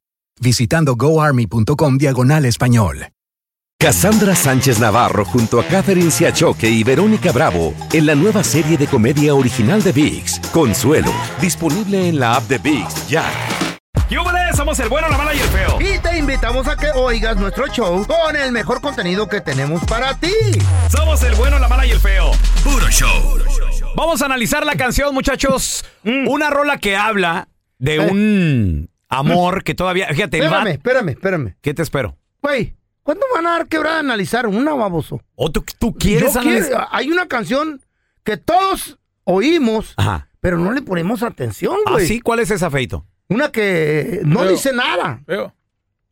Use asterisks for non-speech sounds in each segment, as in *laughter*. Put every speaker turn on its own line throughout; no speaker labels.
visitando goarmy.com diagonal español.
Cassandra Sánchez Navarro junto a Catherine Siachoque y Verónica Bravo en la nueva serie de comedia original de VIX, Consuelo, disponible en la app de VIX ya.
¡Yúbales! Somos el bueno, la mala y el feo.
Y te invitamos a que oigas nuestro show con el mejor contenido que tenemos para ti.
Somos el bueno, la mala y el feo.
Puro show.
Vamos a analizar la canción, muchachos. Una rola que habla de un amor que todavía. Fíjate, el
Espérame,
vato-
espérame, espérame.
¿qué te espero?
Güey, ¿cuándo van a dar quebrada a analizar una baboso?
¿O tú, tú quieres
Yo
analizar?
quiero- hay una canción que todos oímos,
Ajá.
pero no le ponemos atención,
¿Ah,
güey.
sí? ¿Cuál es esa feito?
Una que no
Pero-
dice nada.
Feo.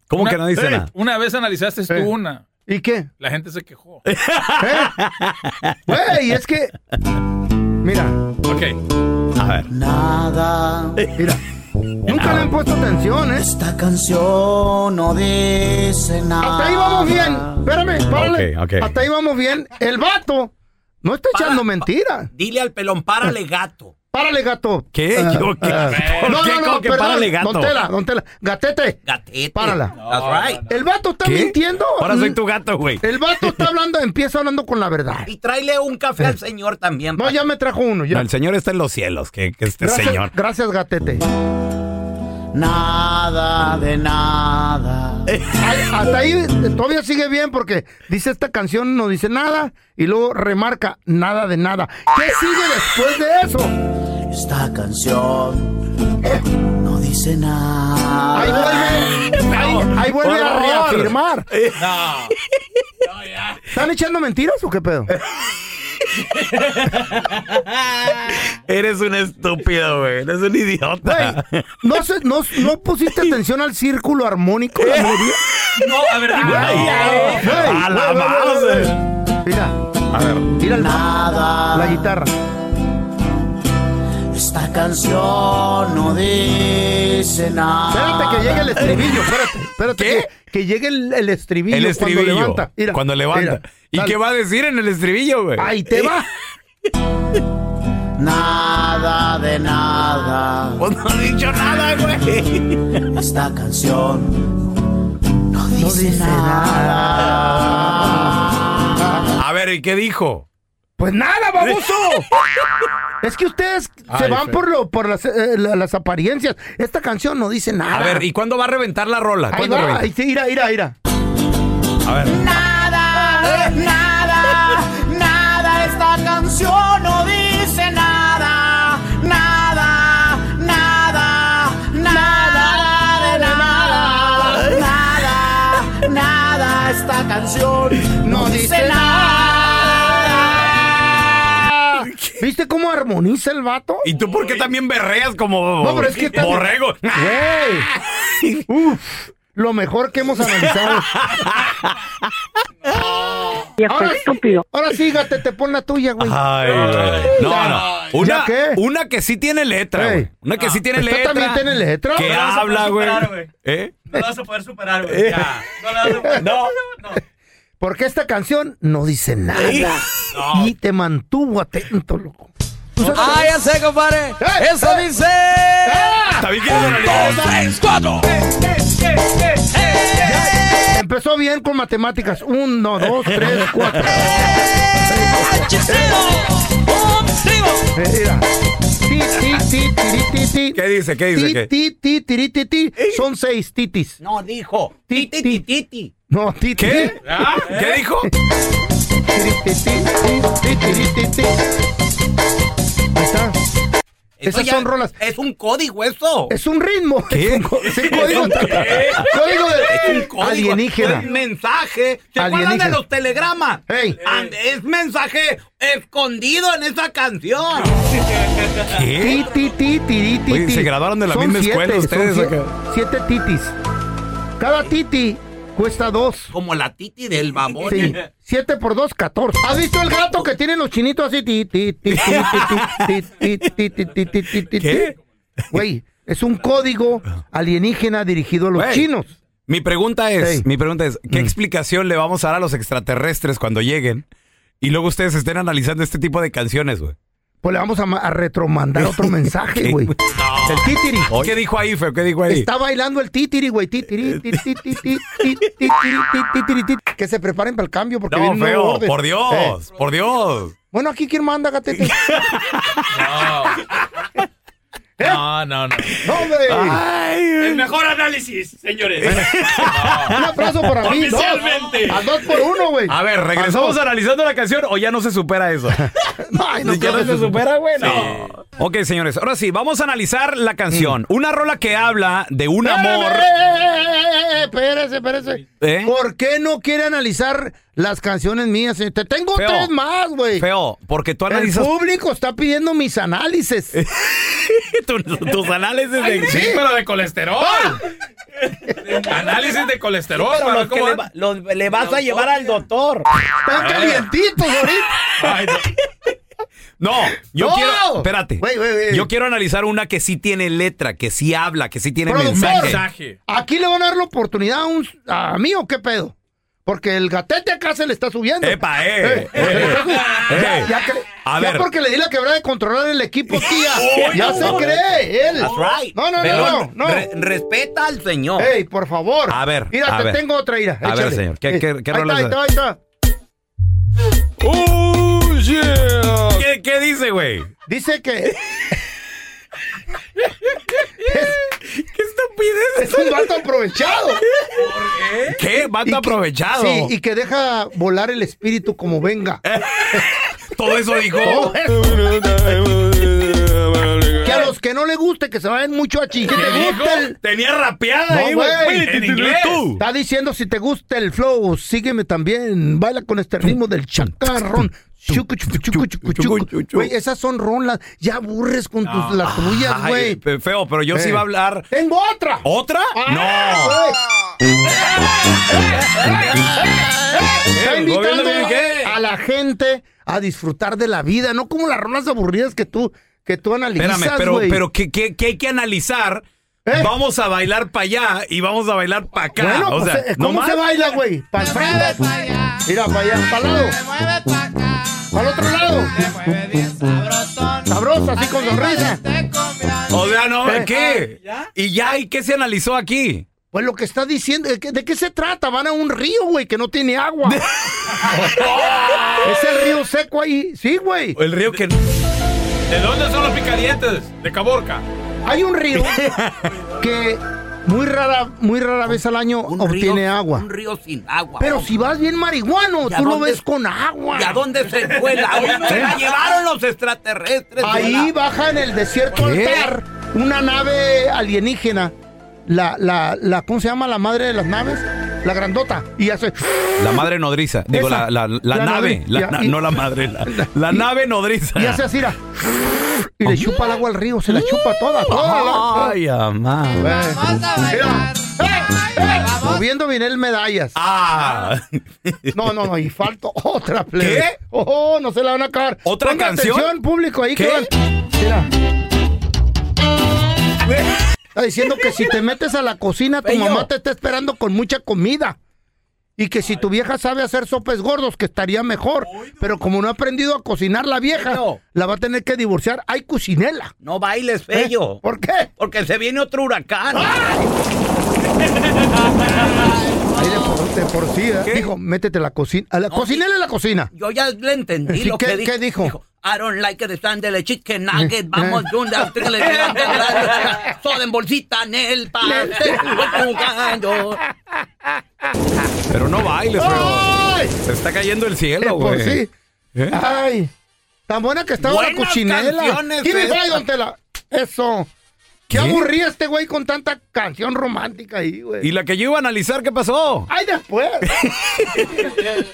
¿Cómo
Una-
que no dice
eh,
nada?
Una vez analizaste
Eh.
tú una.
¿Y qué?
La gente se
*laughs*
quejó.
¿Eh? Güey, es que. Mira,
Ok.
A ver.
Nada,
mira. Nunca le han puesto atención, ¿eh?
esta canción no dice nada.
Hasta ahí vamos bien. Espérame, párale.
Ok, Ah. ok.
Hasta ahí vamos bien. El vato no está echando mentira.
Dile al pelón, párale gato.
Párale, gato.
Ah. ¿Qué?
Ah,
Yo, ¿qué?
ah.
¿Por qué? ¿Cómo que
perdón,
párale, gato?
Don Tela, don Tela. Gatete.
Gatete.
Párala.
That's right.
El vato está
¿Qué?
mintiendo.
Ahora soy
Mm,
tu gato, güey.
El vato está hablando, empieza hablando con la verdad.
Y tráele un café al señor también.
No, ya me trajo uno.
Eh. No,
Ya.
el señor está en los cielos, que, que este
gracias,
señor.
gracias, gatete.
Nada de nada.
Ay, *laughs* Hasta ahí eh, todavía sigue bien porque dice esta canción no dice nada y luego remarca nada de nada. ¿Qué sigue después de eso?
Esta canción eh, no dice nada.
Ahí vuelve, ahí, ahí vuelve
por
a
favor. Eh.
reafirmar. ¿Están echando mentiras o qué
*laughs*
pedo?
Eres un estúpido, güey. Eres un idiota.
Güey, ¿no, se- no, no pusiste atención al círculo armónico de la melodía?
No, a ver, dime.
Ay, ay,
Güey,
a la
güey, güey, güey,
madre.
güey. Mira,
A ver.
mira el-
Nada.
la guitarra.
Esta canción no dice nada.
Espérate que llegue el estribillo, espérate, espérate
¿Qué?
que, que llegue el, el estribillo,
El estribillo.
cuando levanta. Mira,
cuando levanta.
mira,
¿Y
dale.
qué va ¿Eh? a decir en el estribillo, güey?
Ahí te va.
Nada de nada.
Pues no ha dicho nada, güey.
Esta canción no dice, nada.
A ver, ¿y qué dijo?
Pues nada,
*laughs*
baboso. es que ustedes se
Ay,
van
fe.
por lo, por las, eh, la- las apariencias. Esta canción no dice nada.
A ver, ¿y cuándo va a reventar la rola?
ahí
¿Cuándo
va,
reventa?
ahí sí, mira, mira, mira.
A ver.
Nada, nada, nada. Esta canción no dice nada. Nada, nada, nada de nada. Nada, nada. Esta canción no dice nada.
¿Viste cómo armoniza el vato?
¿Y tú por qué también berreas como
No, pero es que está-
borrego?
Güey. Uf, lo mejor que hemos analizado. ahora, estúpido. Ahora sí, gate, te pon la tuya, güey.
Ay, güey. No, no. Una,
¿Ya qué?
una que sí tiene letra,
Ey.
güey. Una que sí tiene
¿Esta
letra.
también tiene letra?
Que
No la vas
a
habla,
poder
güey.
superar, güey.
¿Eh?
No la vas a poder superar, güey. Ya. No la vas a poder
No.
No.
Porque esta canción no dice nada. Y te mantuvo atento, loco.
Ah, ya sé, compadre.
Eh,
Eso
eh.
dice.
Está bien que lo analizaste.
Empezó bien con matemáticas. Uno, dos, tres, cuatro. Eh, mira. ¿Qué
dice? ¿Qué dice? ¿Qué?
Ti, ti, tiri, ti, ti. Son seis titis.
No, dijo. Titi, titi, titi.
No, titi.
¿Qué?
Ah, ¿eh?
¿Qué dijo?
Tiri, ti, ti, ti, tiri, ti, ti. Ahí está.
Eso
Esas
ya
son rolas.
Es un código eso.
Es un ritmo. *laughs*
¿Qué?
Es un co- sí, código, código de alienígena.
Es mensaje. ¿Se acuerdan
Alienígena.
de los telegramas?
Ey.
And- es mensaje escondido en esa canción.
¿Qué?
Ti, ti, ti, tiri, ti,
¿Eh? Oye,
ti.
se graduaron de la
Son
misma escuela
siete,
ustedes
son
acá.
Siete siete titis. Cada titi cuesta dos.
Como la titi del babón. *laughs*
Sí. Siete por dos, catorce. ¿Has visto el gato que tienen los chinitos así? Ti, ti, ti, ti, ti, ti, ti, ti, ti, ti, ti, ti, ti, ti?
¿Qué?
Güey, es un código alienígena dirigido a los
Güey.
chinos.
Mi pregunta es,
Ey.
mi pregunta es, ¿qué explicación le vamos a dar a los extraterrestres cuando lleguen y luego ustedes estén analizando este tipo de canciones, güey?
Pues le vamos a, ma- a retromandar otro mensaje,
*laughs* ¿Qué,
güey.
güey?
El titiri.
Eh, ¿Qué dijo ahí, feo? ¿Qué dijo ahí?
Está bailando el titiri, güey.
Eh,
Titiri, titiri, titiri, titiri, titiri, titiri, titiri. Que se preparen para el cambio porque
No,
viene un nuevo
feo,
orden.
por
Eh,
Dios, por Dios.
Bueno, aquí quién manda, gatete.
No, no, no.
No, hombre.
El mejor análisis, señores.
Un aplauso para mí. dos.
Oficialmente.
A dos por uno, güey.
A ver, ¿regresamos
Al
analizando la canción o ya no se supera eso?
dos. Ay, no,
ya no
creo que
se
se-
supera, güey. No. Ok, señores, ahora sí, vamos a analizar la canción. Una rola que habla de un amor.
Espérame, Espérese, espérese.
¿Eh?
¿Por qué no quiere analizar las canciones mías? Te tengo
Feo.
tres más, güey.
Feo, porque tú
El
analizas
público está pidiendo mis análisis.
*laughs* tus, tus análisis *laughs* de...
Sí, pero de colesterol.
Ah.
Análisis de colesterol. para ver cómo va.
le vas a llevar al doctor.
Están calientitos ahorita.
Ay, no.
No, yo
¡No!
quiero... Espérate.
Güey, güey, güey.
Yo quiero analizar una que sí tiene letra, que sí habla, que sí tiene
Productor.
mensaje.
Mensaje.
¿Aquí le van a dar la oportunidad a, un- a mí o qué pedo? Porque el gatete acá se le está subiendo.
Epa, eh.
Eh, se le está subiendo.
eh.
Ya, ya cre-
A
ya
ver.
porque le di la quebrada de controlar el equipo,
*laughs*
tía. ya se cree él.
That's right.
No, no, no,
Pelón,
no. no.
re- respeta al señor.
Ey, por favor.
A ver,
Mira,
a
te
ver.
tengo otra ira.
A ver, señor, ¿qué- qué- qué
ahí
rola
está, ahí
es
está, ahí está.
¿Qué, qué dice, güey?
Dice que
¿Qué estupidez?
es un vato
*laughs*
aprovechado.
¿Qué? Bando
Y que-
aprovechado. Eh.
Sí, y que deja volar el espíritu como venga.
Todo eso dijo.
Todo
*laughs*
eso. Que a los que no le guste, que se vayan mucho a chingar. Que te guste el-
Tenía rapeada
No,
ahí, güey.
güey.
En inglés.
Está diciendo si te gusta el flow, sígueme también. Baila con este ritmo del chacarrón. Chucu, chucu, chucu, chucu, chucu. Güey, esas son rolas. Ya aburres con tus, las tuyas,
Ah, Ay,
güey.
pe- Feo, pero yo sí
Eh.
iba a hablar.
¡Tengo otra! Ah,
¿Otra? no. Eh,
Está
Eh,
invitando
gobierno, ¿qué?
a la gente a disfrutar de la vida, no como las rolas aburridas que tú, que tú analizas,
Espérame, pero,
güey.
pero ¿qué, qué, qué hay que analizar?
Eh.
Vamos a bailar para allá y vamos a bailar para acá.
Bueno,
o
pues,
sea,
eh,
no
¿cómo
más.
se baila, güey? Para el frente. Mira, para allá, para el lado. Para el otro lado. Sabroso, así con sonrisa.
O sea, no,
Eh.
¿qué? ¿Y ya? ¿Y qué se analizó aquí?
Pues lo que está diciendo, ¿de qué, de qué se trata? Van a un río, güey, que no
*laughs*
tiene agua. *laughs* es el río seco ahí. Sí, güey.
El
*laughs*
río que...
¿De dónde son los picadientes? De Caborca.
Hay un río que muy rara, muy rara vez al año obtiene
río,
agua.
Un río sin agua.
Pero si vas bien marihuano,
¿Y a
tú lo
dónde-
ves con agua.
¿Y a dónde se fue
*laughs*
el agua?
¿Eh?
Se la llevaron los extraterrestres.
Ahí baja en el desierto
¿Qué?
altar una nave alienígena. La, la, la, ¿cómo se llama la madre de las naves? La grandota. Y
*laughs*
hace.
La madre nodriza. Digo,
Esa.
la, la, la
La
nave.
nodri-
La
ya,
na-
y-
no la madre. La,
*laughs*
la nave nodriza.
Y hace así, mira. Y le chupa el agua al río, se la chupa toda, toda. la-
Ay, amá.
Eh, mira. Eh, eh, Moviendo bien el medallas.
Ah.
No, no, no, y falta otra plebe.
¿Qué?
Oh, no se la van a acabar.
¿Otra
Ponga
canción?
atención, público, ahí
¿Qué?
que van. Mira. Está diciendo que si te metes a la cocina, tu
Ey, yo.
mamá te está esperando con mucha comida. Y que si tu vieja sabe hacer sopes gordos, que estaría mejor. Pero como no ha aprendido a cocinar la vieja,
Bueno.
la va a tener que divorciar. Hay cocinela.
No bailes,
¿Eh?
bello.
¿Por qué?
Porque se viene otro huracán.
¡Ah! Ahí de por, de por sí, ¿eh?
¿Qué?
Dijo, métete a la cocina. A la cocinela en la cocina.
Yo ya le entendí
Sí,
lo
¿qué-
que
qué dijo?
I don't like the stand the chicken
*laughs*
nugget. Vamos juntas, triple gigante, *laughs* grande. Todo en bolsita en el pastel. voy jugando.
Pero no bailes,
¡Ay!
bro. Se está cayendo el cielo,
Eh,
güey.
pues ¡Oh! sí.
¿Eh?
Ay, tan buena que estaba la
Buenas
cochinela.
canciones
Give me
esta.
five, don Tela. Eso. Qué
¿Qué?
aburría este güey con tanta canción romántica ahí,
¿Y
güey.
la que yo iba a analizar qué pasó?
¡Ay, después! *laughs*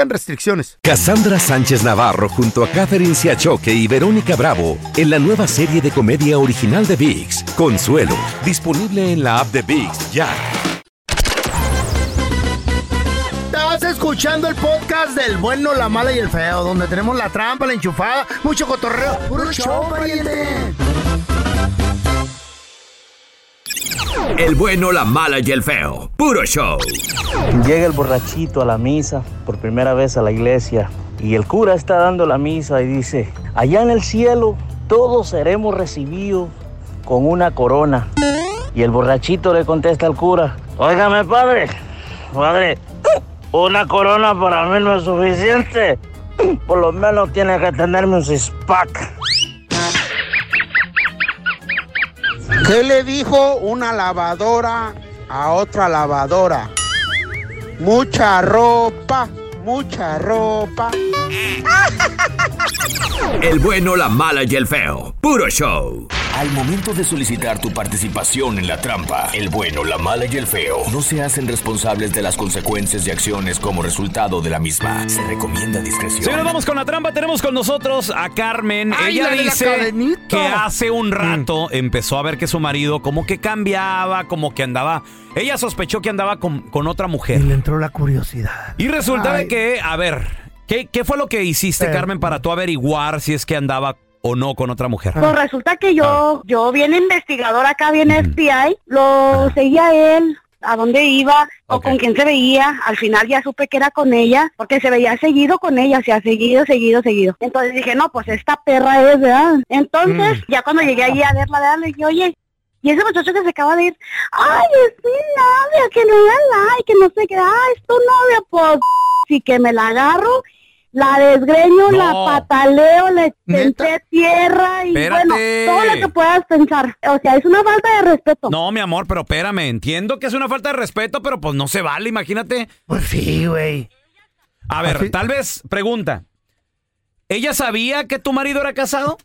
restricciones.
Cassandra Sánchez Navarro junto a Catherine Siachoque y Verónica Bravo en la nueva serie de comedia original de VIX, Consuelo, disponible en la app de VIX ya.
Estás escuchando el podcast del bueno, la mala y el feo, donde tenemos la trampa, la enchufada, mucho cotorreo. ¡Puro show, pariente!
El bueno, la mala y el feo. Puro show.
Llega el borrachito a la misa por primera vez a la iglesia y el cura está dando la misa y dice, allá en el cielo todos seremos recibidos con una corona. Y el borrachito le contesta al cura, óigame padre, padre, una corona para mí no es suficiente. Por lo menos tiene que tenerme un six-pack.
¿Qué le dijo una lavadora a otra lavadora? Mucha ropa, mucha ropa.
El bueno, la mala y el feo. Puro show. Al momento de solicitar tu participación en la trampa, el bueno, la mala y el feo no se hacen responsables de las consecuencias y acciones como resultado de la misma. Se recomienda discreción.
Señores, vamos con la trampa. Tenemos con nosotros a Carmen.
Ay,
Ella
la de la
dice
cadenita. Mm.
que hace un rato empezó a ver que su marido como que cambiaba, como que andaba. Ella sospechó que andaba con, con otra mujer.
le entró la curiosidad.
Y resulta de
Ay.
que, a ver, ¿qué, qué fue lo que hiciste,
Eh.
Carmen, para tú averiguar si es que andaba o no con otra mujer?
Ah.
Pues resulta que
Ah.
yo, yo bien investigadora acá, bien FBI, lo seguía a él, a dónde iba o
Ok.
con quién se veía. Al final ya supe que era con ella, porque se veía seguido con ella, o sea, seguido, seguido, seguido. Entonces dije, no, pues esta perra es, ¿verdad? Entonces,
Mm.
ya cuando llegué ahí a verla, ¿verdad? Le dije, oye, y ese muchacho que se acaba de ir, ay, es mi novia, que no la like, que no sé qué, ay, es tu novia, pues, sí que me la agarro. La
No.
desgreño, la pataleo, le
¿Neta?
senté tierra y
Espérate.
bueno, todo lo que puedas pensar. O sea, es una falta de respeto.
No, mi amor, pero espérame, entiendo que es una falta de respeto, pero pues no se vale, imagínate.
Pues sí, güey.
A ver,
Así-
tal vez, pregunta. ¿Ella sabía que tu marido era casado?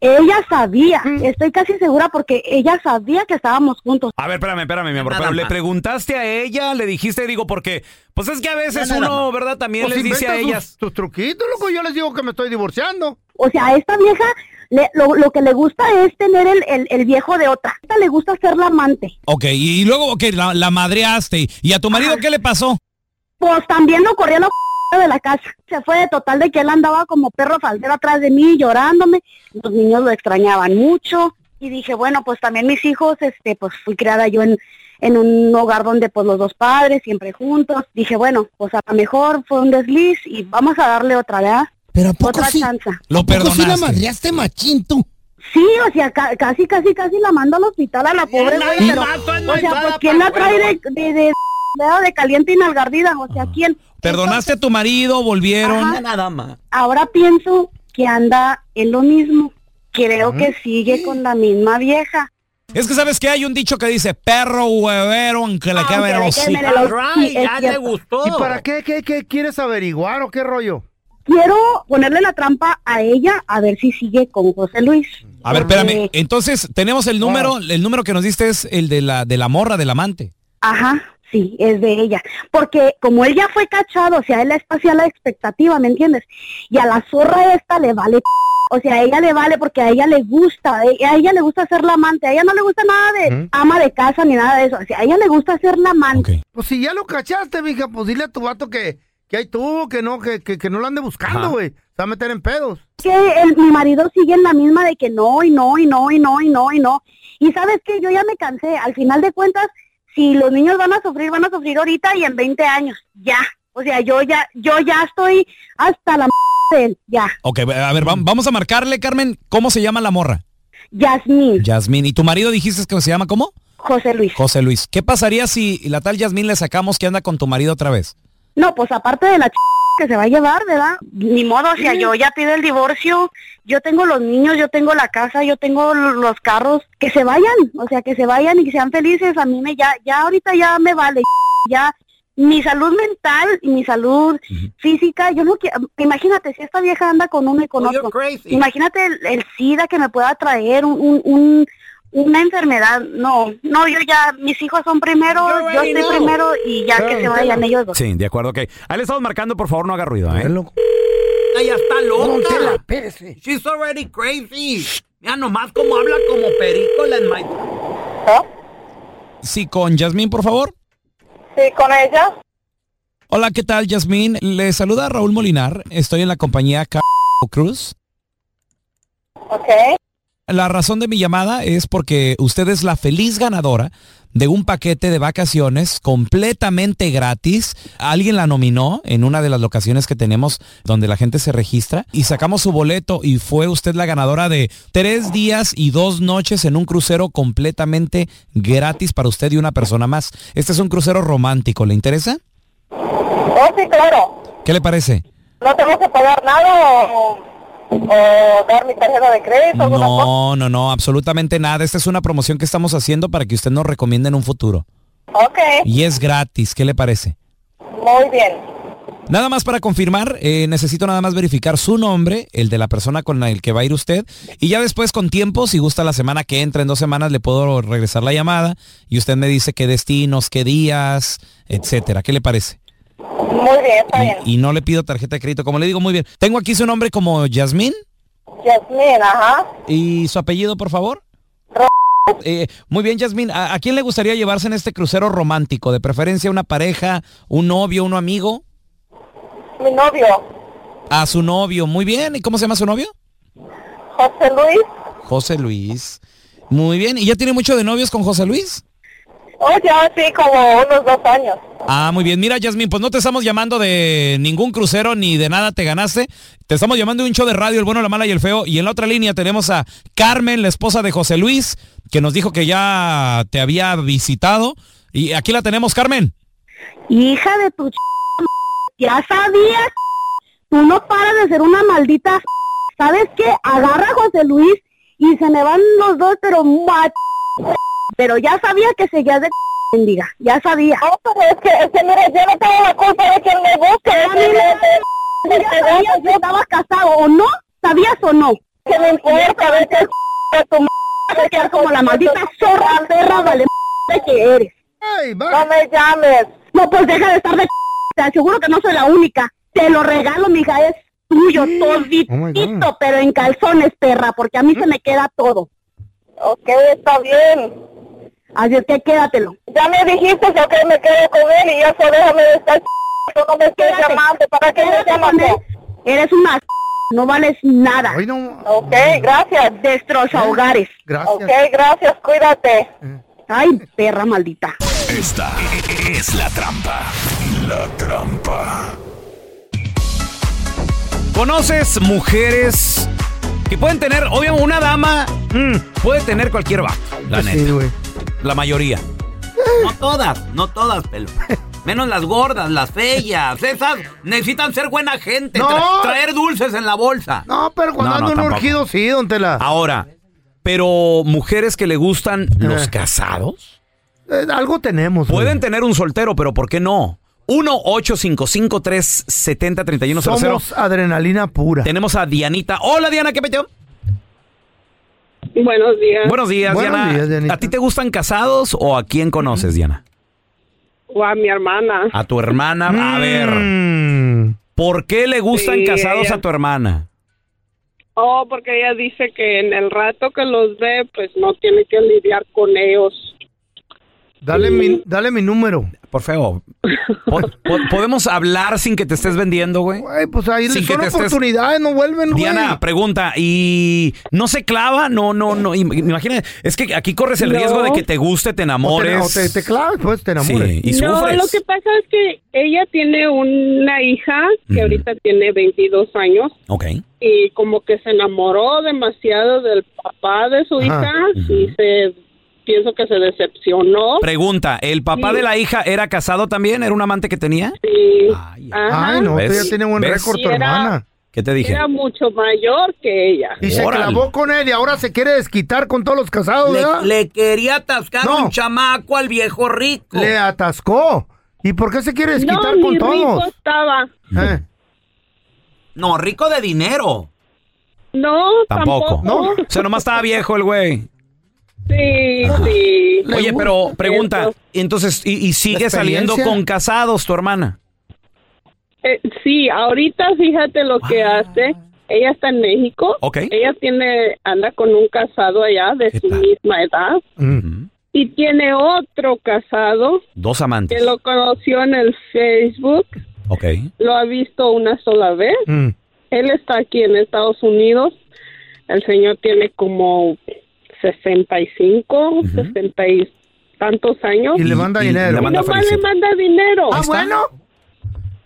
Ella sabía, estoy casi segura porque ella sabía que estábamos juntos.
A ver, espérame, espérame, mi amor.
Nada
Pero le
más.
preguntaste a ella, le dijiste, digo, porque, pues es que a veces
Ya nada
uno, ¿verdad? También
Pues
les dice a
inventa sus-
ellas.
Tus truquitos, loco. Yo les digo que me estoy divorciando.
O sea, a esta vieja le- lo, lo que le gusta es tener el, el- el viejo de otra. A esta le gusta ser la amante.
Ok, y luego que la, madreaste. ¿Y a tu marido qué le pasó?
Pues también lo corrió a la de la *laughs* casa. Se fue de total de que él andaba como perro faldero atrás de mí llorándome. Los niños lo extrañaban mucho y dije, bueno, pues también mis hijos, este, pues fui criada yo en en un hogar donde pues los dos padres siempre juntos. Dije, bueno, pues a lo mejor fue un desliz y vamos a darle otra, ¿verdad?
Pero ¿a
Otra chance.
Lo
sí la madreaste machín tú?
Sí, o sea, ca- casi, casi, casi la mando al hospital a la pobre
Nada
güey, pero,
más, tú no
o
hay
sea,
nada
pues ¿quién la
para
trae de,
juego.
de, de, de caliente y nalgardida? O
Ah.
sea, ¿quién?
Perdonaste a tu marido, volvieron.
Ajá.
Nada más.
ahora pienso que anda en lo mismo. Creo que sigue con la misma vieja.
Es que sabes que hay un dicho que dice perro huevero aunque le cabe en
Aunque le
el hocico".
quemen el hocico.
Right,
Sí, es
ya le
cierto.
gustó.
¿Y para qué, qué, qué quieres averiguar o qué rollo?
Quiero ponerle la trampa a ella a ver si sigue con José Luis.
A ver,
Porque-
espérame. Entonces, tenemos el número, el número que nos diste es el de la de la morra del amante.
Ajá, sí, es de ella. Porque como él ya fue cachado, o sea, él es hacia la expectativa, ¿me entiendes? Y a la zorra esta le vale. p- O sea, a ella le vale porque a ella le gusta, a ella- a ella le gusta ser la amante, a ella no le gusta nada de ama de casa ni nada de eso, o sea, a ella le gusta ser la amante.
Ok.
Pues si ya lo cachaste, mija, pues dile a tu vato que, ¿Qué hay tú? Que no, que, que, que no lo ande buscando, güey. Se va a meter en pedos.
que el- mi marido sigue en la misma de que no y no y no y no y no y no. Y sabes que yo ya me cansé. Al final de cuentas, si los niños van a sufrir, van a sufrir ahorita y en 20 años. Ya. O sea, yo ya, yo ya estoy hasta la m- de él. Ya.
Ok, a ver, vam- vamos a marcarle, Carmen, ¿cómo se llama la morra?
Yasmín.
Yasmín. ¿Y tu marido dijiste que se llama cómo?
José Luis.
José Luis. ¿Qué pasaría si la tal Yasmín le sacamos que anda con tu marido otra vez?
No, pues aparte de la ch- que se va a llevar, ¿verdad? Ni modo, o sea, yo ya pido el divorcio, yo tengo los niños, yo tengo la casa, yo tengo l- los carros, que se vayan, o sea, que se vayan y que sean felices, a mí me ya, ya ahorita ya me vale, ya mi salud mental y mi salud física, yo no quiero, imagínate, si esta vieja anda con uno y con
Oh, you're
otro,
crazy.
imagínate el, el SIDA que me pueda traer un, un- un- una enfermedad, no, no, yo ya, mis hijos son primero, yo
already
estoy
know.
primero y ya que se vayan ellos dos.
Sí, de acuerdo, ok. Ahí le estamos marcando, por favor, no haga ruido, ¿eh?
Ella está
Ponte la
loca. She's already crazy. Mira nomás cómo habla como perico la enma-
Sí, con Yasmín, por favor.
Sí, con ella.
Hola, ¿qué tal, Yasmín? Le saluda Raúl Molinar. Estoy en la compañía Car Cruz.
Ok.
La razón de mi llamada es porque usted es la feliz ganadora de un paquete de vacaciones completamente gratis. Alguien la nominó en una de las locaciones que tenemos donde la gente se registra y sacamos su boleto y fue usted la ganadora de tres días y dos noches en un crucero completamente gratis para usted y una persona más. Este es un crucero romántico, ¿le interesa?
Oh, sí, claro.
¿Qué le parece?
No tengo que pagar nada o, o dar mi tarjeta de crédito. alguna cosa.
No, no, no, absolutamente nada. Esta es una promoción que estamos haciendo para que usted nos recomiende en un futuro.
Ok,
Y es gratis, ¿qué le parece?
muy bien.
Nada más para confirmar, eh, necesito nada más verificar su nombre, el de la persona con la el que va a ir usted, y ya después con tiempo, si gusta la semana que entra, en dos semanas le puedo regresar la llamada y usted me dice qué destinos, qué días, etcétera. ¿Qué le parece?
Muy bien, está bien.
Y no le pido tarjeta de crédito, como le digo muy bien. Tengo aquí su nombre como Yasmín
Yasmin, ajá.
y su apellido, por favor. Eh, muy bien, Yasmín, ¿a, a quién le gustaría llevarse en este crucero romántico? De preferencia una pareja, un novio, un amigo.
Mi novio,
A su novio, muy bien. ¿Y cómo se llama su novio?
José Luis.
José Luis. Muy bien. ¿Y ya tiene mucho de novios con José Luis?
Oh, ya, sí, como unos dos años.
Ah, muy bien. Mira, Yasmín, pues no te estamos llamando de ningún crucero ni de nada te ganaste. Te estamos llamando de un show de radio, el bueno, la mala y el feo. Y en la otra línea tenemos a Carmen, la esposa de José Luis, que nos dijo que ya te había visitado. Y aquí la tenemos, Carmen.
Hija de tu ch... ya sabías. Tú no paras de ser una maldita. ch- ¿Sabes qué? Agarra a José Luis y se me van los dos, pero ma- pero ya sabía que seguías de ch- mendiga, ya sabía.
No, pero es que, es que mira, yo no tengo la culpa de que él me busque. es que me- me-
Ya
me-
sabías que estabas casado o no, sabías o no.
Que me importa, a ver qué a tu m-
Vas a quedar como la maldita zorra perra vale m- que eres.
No me llames.
No, pues deja de estar de ch- te aseguro que no soy la única. Te lo regalo, mija, es tuyo toditito, pero en calzones, perra, porque a mí se me queda todo.
Ok, está bien.
Así es que quédatelo.
Ya me dijiste yo que me quedo con él y eso déjame de estar tú no me estés
Quédate.
llamando. ¿Para qué me
Quédate
llamas
con él.
tú?
Eres una c- no vales nada.
Ok, gracias.
Destroza hogares.
Ok, gracias, cuídate.
Ay, perra maldita.
Esta es la trampa. La trampa.
¿Conoces mujeres que pueden tener, obviamente, una dama Mm, puede tener cualquier vato,
Pues
la neta. la mayoría.
Eh.
No todas, no todas, pelo. Menos las gordas, las feas. Esas necesitan ser buena gente.
No.
tra- traer dulces en la bolsa.
No, pero cuando
No, no,
ando en
tampoco. Ah.
urgido, sí, don Tela.
Ahora, pero mujeres que le gustan los casados.
Eh, algo tenemos. güey.
Pueden tener un soltero, pero ¿por qué no? 1-855-370-3100.
Somos adrenalina pura.
Tenemos a Dianita. Hola, Diana, ¿qué peteo?
Buenos días.
Buenos días,
Buenos
Diana.
días,
¿A ti te gustan casados o a quién conoces, Diana?
O a mi hermana.
A tu hermana. A
Mm.
Mm.
ver. ¿Por qué le gustan
Sí,
casados
ella-
a tu hermana?
Oh, porque ella dice que en el rato que los ve, pues no tiene que lidiar con ellos.
Dale, mi, dale mi número.
Por feo. po- po- ¿Podemos hablar sin que te estés vendiendo, güey?
Güey, pues ahí
Sin que
son
te estés-
oportunidades, no vuelven, güey.
Diana, pregunta, ¿y no se clava? No, no, no. im- Imagina, es que aquí corres el
No.
riesgo de que te guste, te enamores.
O te, o te- te claves, pues te enamores.
Sí, y
No,
sufres.
lo que pasa es que ella tiene una hija que
Ujú.
ahorita tiene 22 años
Ok.
y como que se enamoró demasiado del papá de su
Ajá.
hija y se pienso que se decepcionó.
Pregunta, ¿el papá
Sí.
de la hija era casado también? ¿Era un amante que tenía?
y,
Ay, no, tú ya tiene buen
¿Ves?
récord tu
Era-
hermana.
¿Qué te dije?
era mucho mayor que ella.
Y se clavó con él y ahora se quiere desquitar con todos los casados, ¿verdad?
Le, le quería atascar
No.
un chamaco al viejo rico.
Le atascó. ¿Y por qué se quiere desquitar
ni
con
rico
todos?
estaba.
Eh.
No, rico de dinero.
No,
Tampoco. O sea, nomás estaba viejo el güey.
Sí, sí.
Oye, pero pregunta, entonces, ¿y, y
La
sigue saliendo
experiencia.
con casados tu hermana?
Eh, sí, ahorita fíjate lo que hace. Ella está en México.
Ok.
Ella tiene anda con un casado allá de su misma edad y tiene otro casado
Dos amantes.
que lo conoció en el Facebook.
Ok.
Lo ha visto una sola vez.
mm.
Ah,
Él está aquí en Estados Unidos. El señor tiene como 65, 60 y tantos años.
Y le manda Y- y dinero. le manda
Y nomás le
felicita-
manda dinero.
Ah, bueno.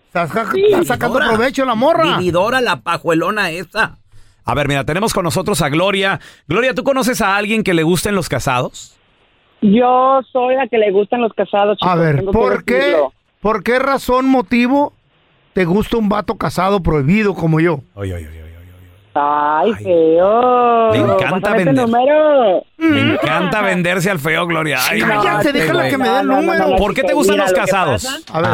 Estás ja- estás sacando provecho la morra.
Vividora la pajuelona esa.
A ver, mira, tenemos con nosotros a Gloria. Gloria, ¿tú conoces a alguien que le gusten los casados?
Yo soy la que le gustan los casados.
A
chicos,
ver,
tengo que
¿por qué?
decirlo.
¿Por qué razón, motivo te gusta un vato casado prohibido como yo?
Oye,
Ay, feo.
Le encanta
Pásame tu
vender.
número.
Mm.
Ah,
Me encanta venderse al feo, Gloria. Ay,
No,
cállate,
te-
güey.
no, no, no, no,
¿Por qué te
chico,
gustan
mira,
los
lo que
casados? Ah.
A ver.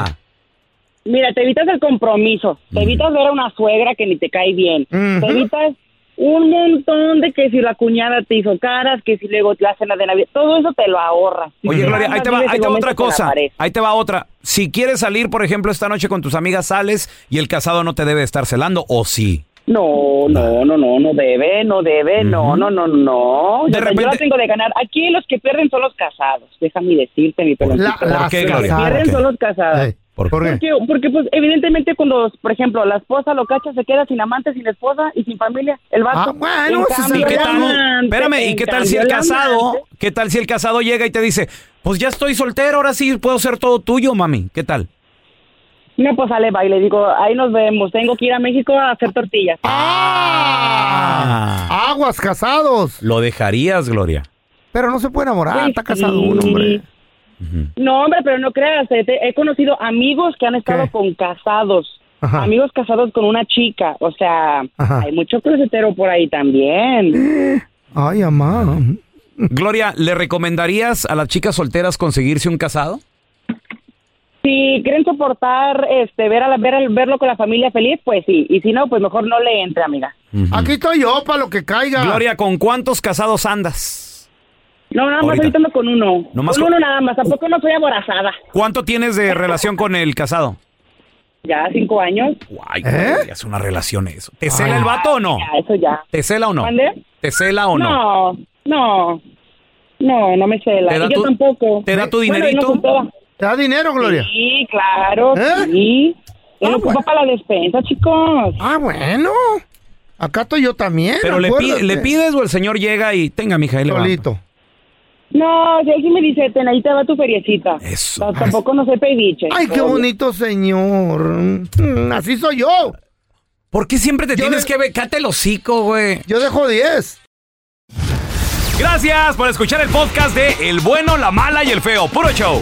Mira, te evitas el compromiso. Te evitas ver a una suegra que ni te cae bien. Te evitas un montón de que si la cuñada te hizo caras, que si luego la cena de Navidad. Todo eso te lo ahorras.
Oye,
Te
Gloria, ahí
mandas,
te va,
vives
ahí
el
te va
momento
otra
con la
cosa.
pareja.
Ahí te va otra. Si quieres salir, por ejemplo, esta noche con tus amigas, sales y el casado no te debe estar celando, o sí.
No,
Ah.
no, no, no, no debe, no debe, no, no, no, no. Yo, yo la tengo de ganar. Aquí los que pierden son los casados. Déjame decirte, mi pelotito.
¿por
Los
qué,
que
Gloria?
pierden
¿Por qué?
son los casados.
¿Por
Porque, porque, pues, evidentemente, cuando, por ejemplo, la esposa lo cacha, se queda sin amante, sin esposa y sin familia. El vato.
Ah, bueno,
En
ese es el
cambio,
¿Y qué
el
tal?
amante,
Espérame, ¿y
en
qué tal si el
cambio,
casado,
amante-
qué tal si el casado llega y te dice, pues ya estoy soltero, ahora sí puedo ser todo tuyo, mami? ¿Qué tal?
No, pues sale, va y le digo, ahí nos vemos. Tengo que ir a México a hacer tortillas. Ah.
Ah. Aguas casados.
Lo dejarías, Gloria.
Pero no se puede enamorar,
Ah,
Sí,
está casado
Pues sí.
un hombre.
No, hombre, pero no creas. eh, te- He conocido amigos que han estado con casados. Amigos casados con una chica. O sea, hay mucho crucetero por ahí también.
Ay, amá.
Gloria, ¿le recomendarías a las chicas solteras conseguirse un casado?
Si quieren soportar este, ver a la, ver, al- verlo con la familia feliz, pues sí. Y si no, pues mejor no le entre, amiga.
Aquí estoy yo para lo que caiga.
Gloria, ¿con cuántos casados andas?
No, nada más
Ahorita.
ahorita ando con uno.
Nomás
con
con-
uno nada más. Tampoco no soy aborazada.
¿Cuánto tienes de relación con el casado?
Ya cinco años.
Ay,
¿Eh?
Gloria, es una relación eso. ¿Te cela el vato o no?
Ya, eso ya.
¿Te cela o no?
¿Mande?
¿Te cela o no?
No, no. No, no me cela.
¿Te da
Y yo
tu-
tampoco.
te da tu
Bueno, él no
dinerito?
ocupa.
¿Te da dinero, Gloria?
Sí, claro.
¿Eh?
Sí. Él ocupa para la despensa, chicos.
Ah, bueno. Acá estoy yo también.
Pero le, pi-
acuérdate.
le pides o el señor llega y tenga, mija, ahí le va.
Solito.
No, si él sí me dice, ten ahí te va tu feriecita.
Eso.
tampoco no sé pediche.
Ay, qué bonito señor. Mm, Así soy yo.
¿Por qué siempre te tienes que becarte el hocico, güey?
Yo dejo 10.
Gracias por escuchar el podcast de El bueno, la mala y el feo. Puro show.